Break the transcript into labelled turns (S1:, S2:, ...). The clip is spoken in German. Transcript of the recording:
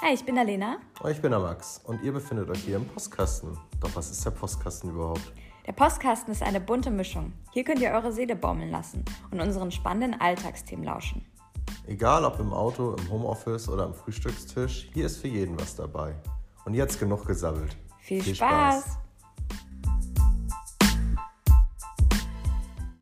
S1: Hi, ich bin Alena.
S2: Ich bin der Max und ihr befindet euch hier im Postkasten. Doch was ist der Postkasten überhaupt?
S1: Der Postkasten ist eine bunte Mischung. Hier könnt ihr eure Seele baumeln lassen und unseren spannenden Alltagsthemen lauschen.
S2: Egal ob im Auto, im Homeoffice oder am Frühstückstisch, hier ist für jeden was dabei. Und jetzt genug gesammelt.
S1: Viel, Spaß.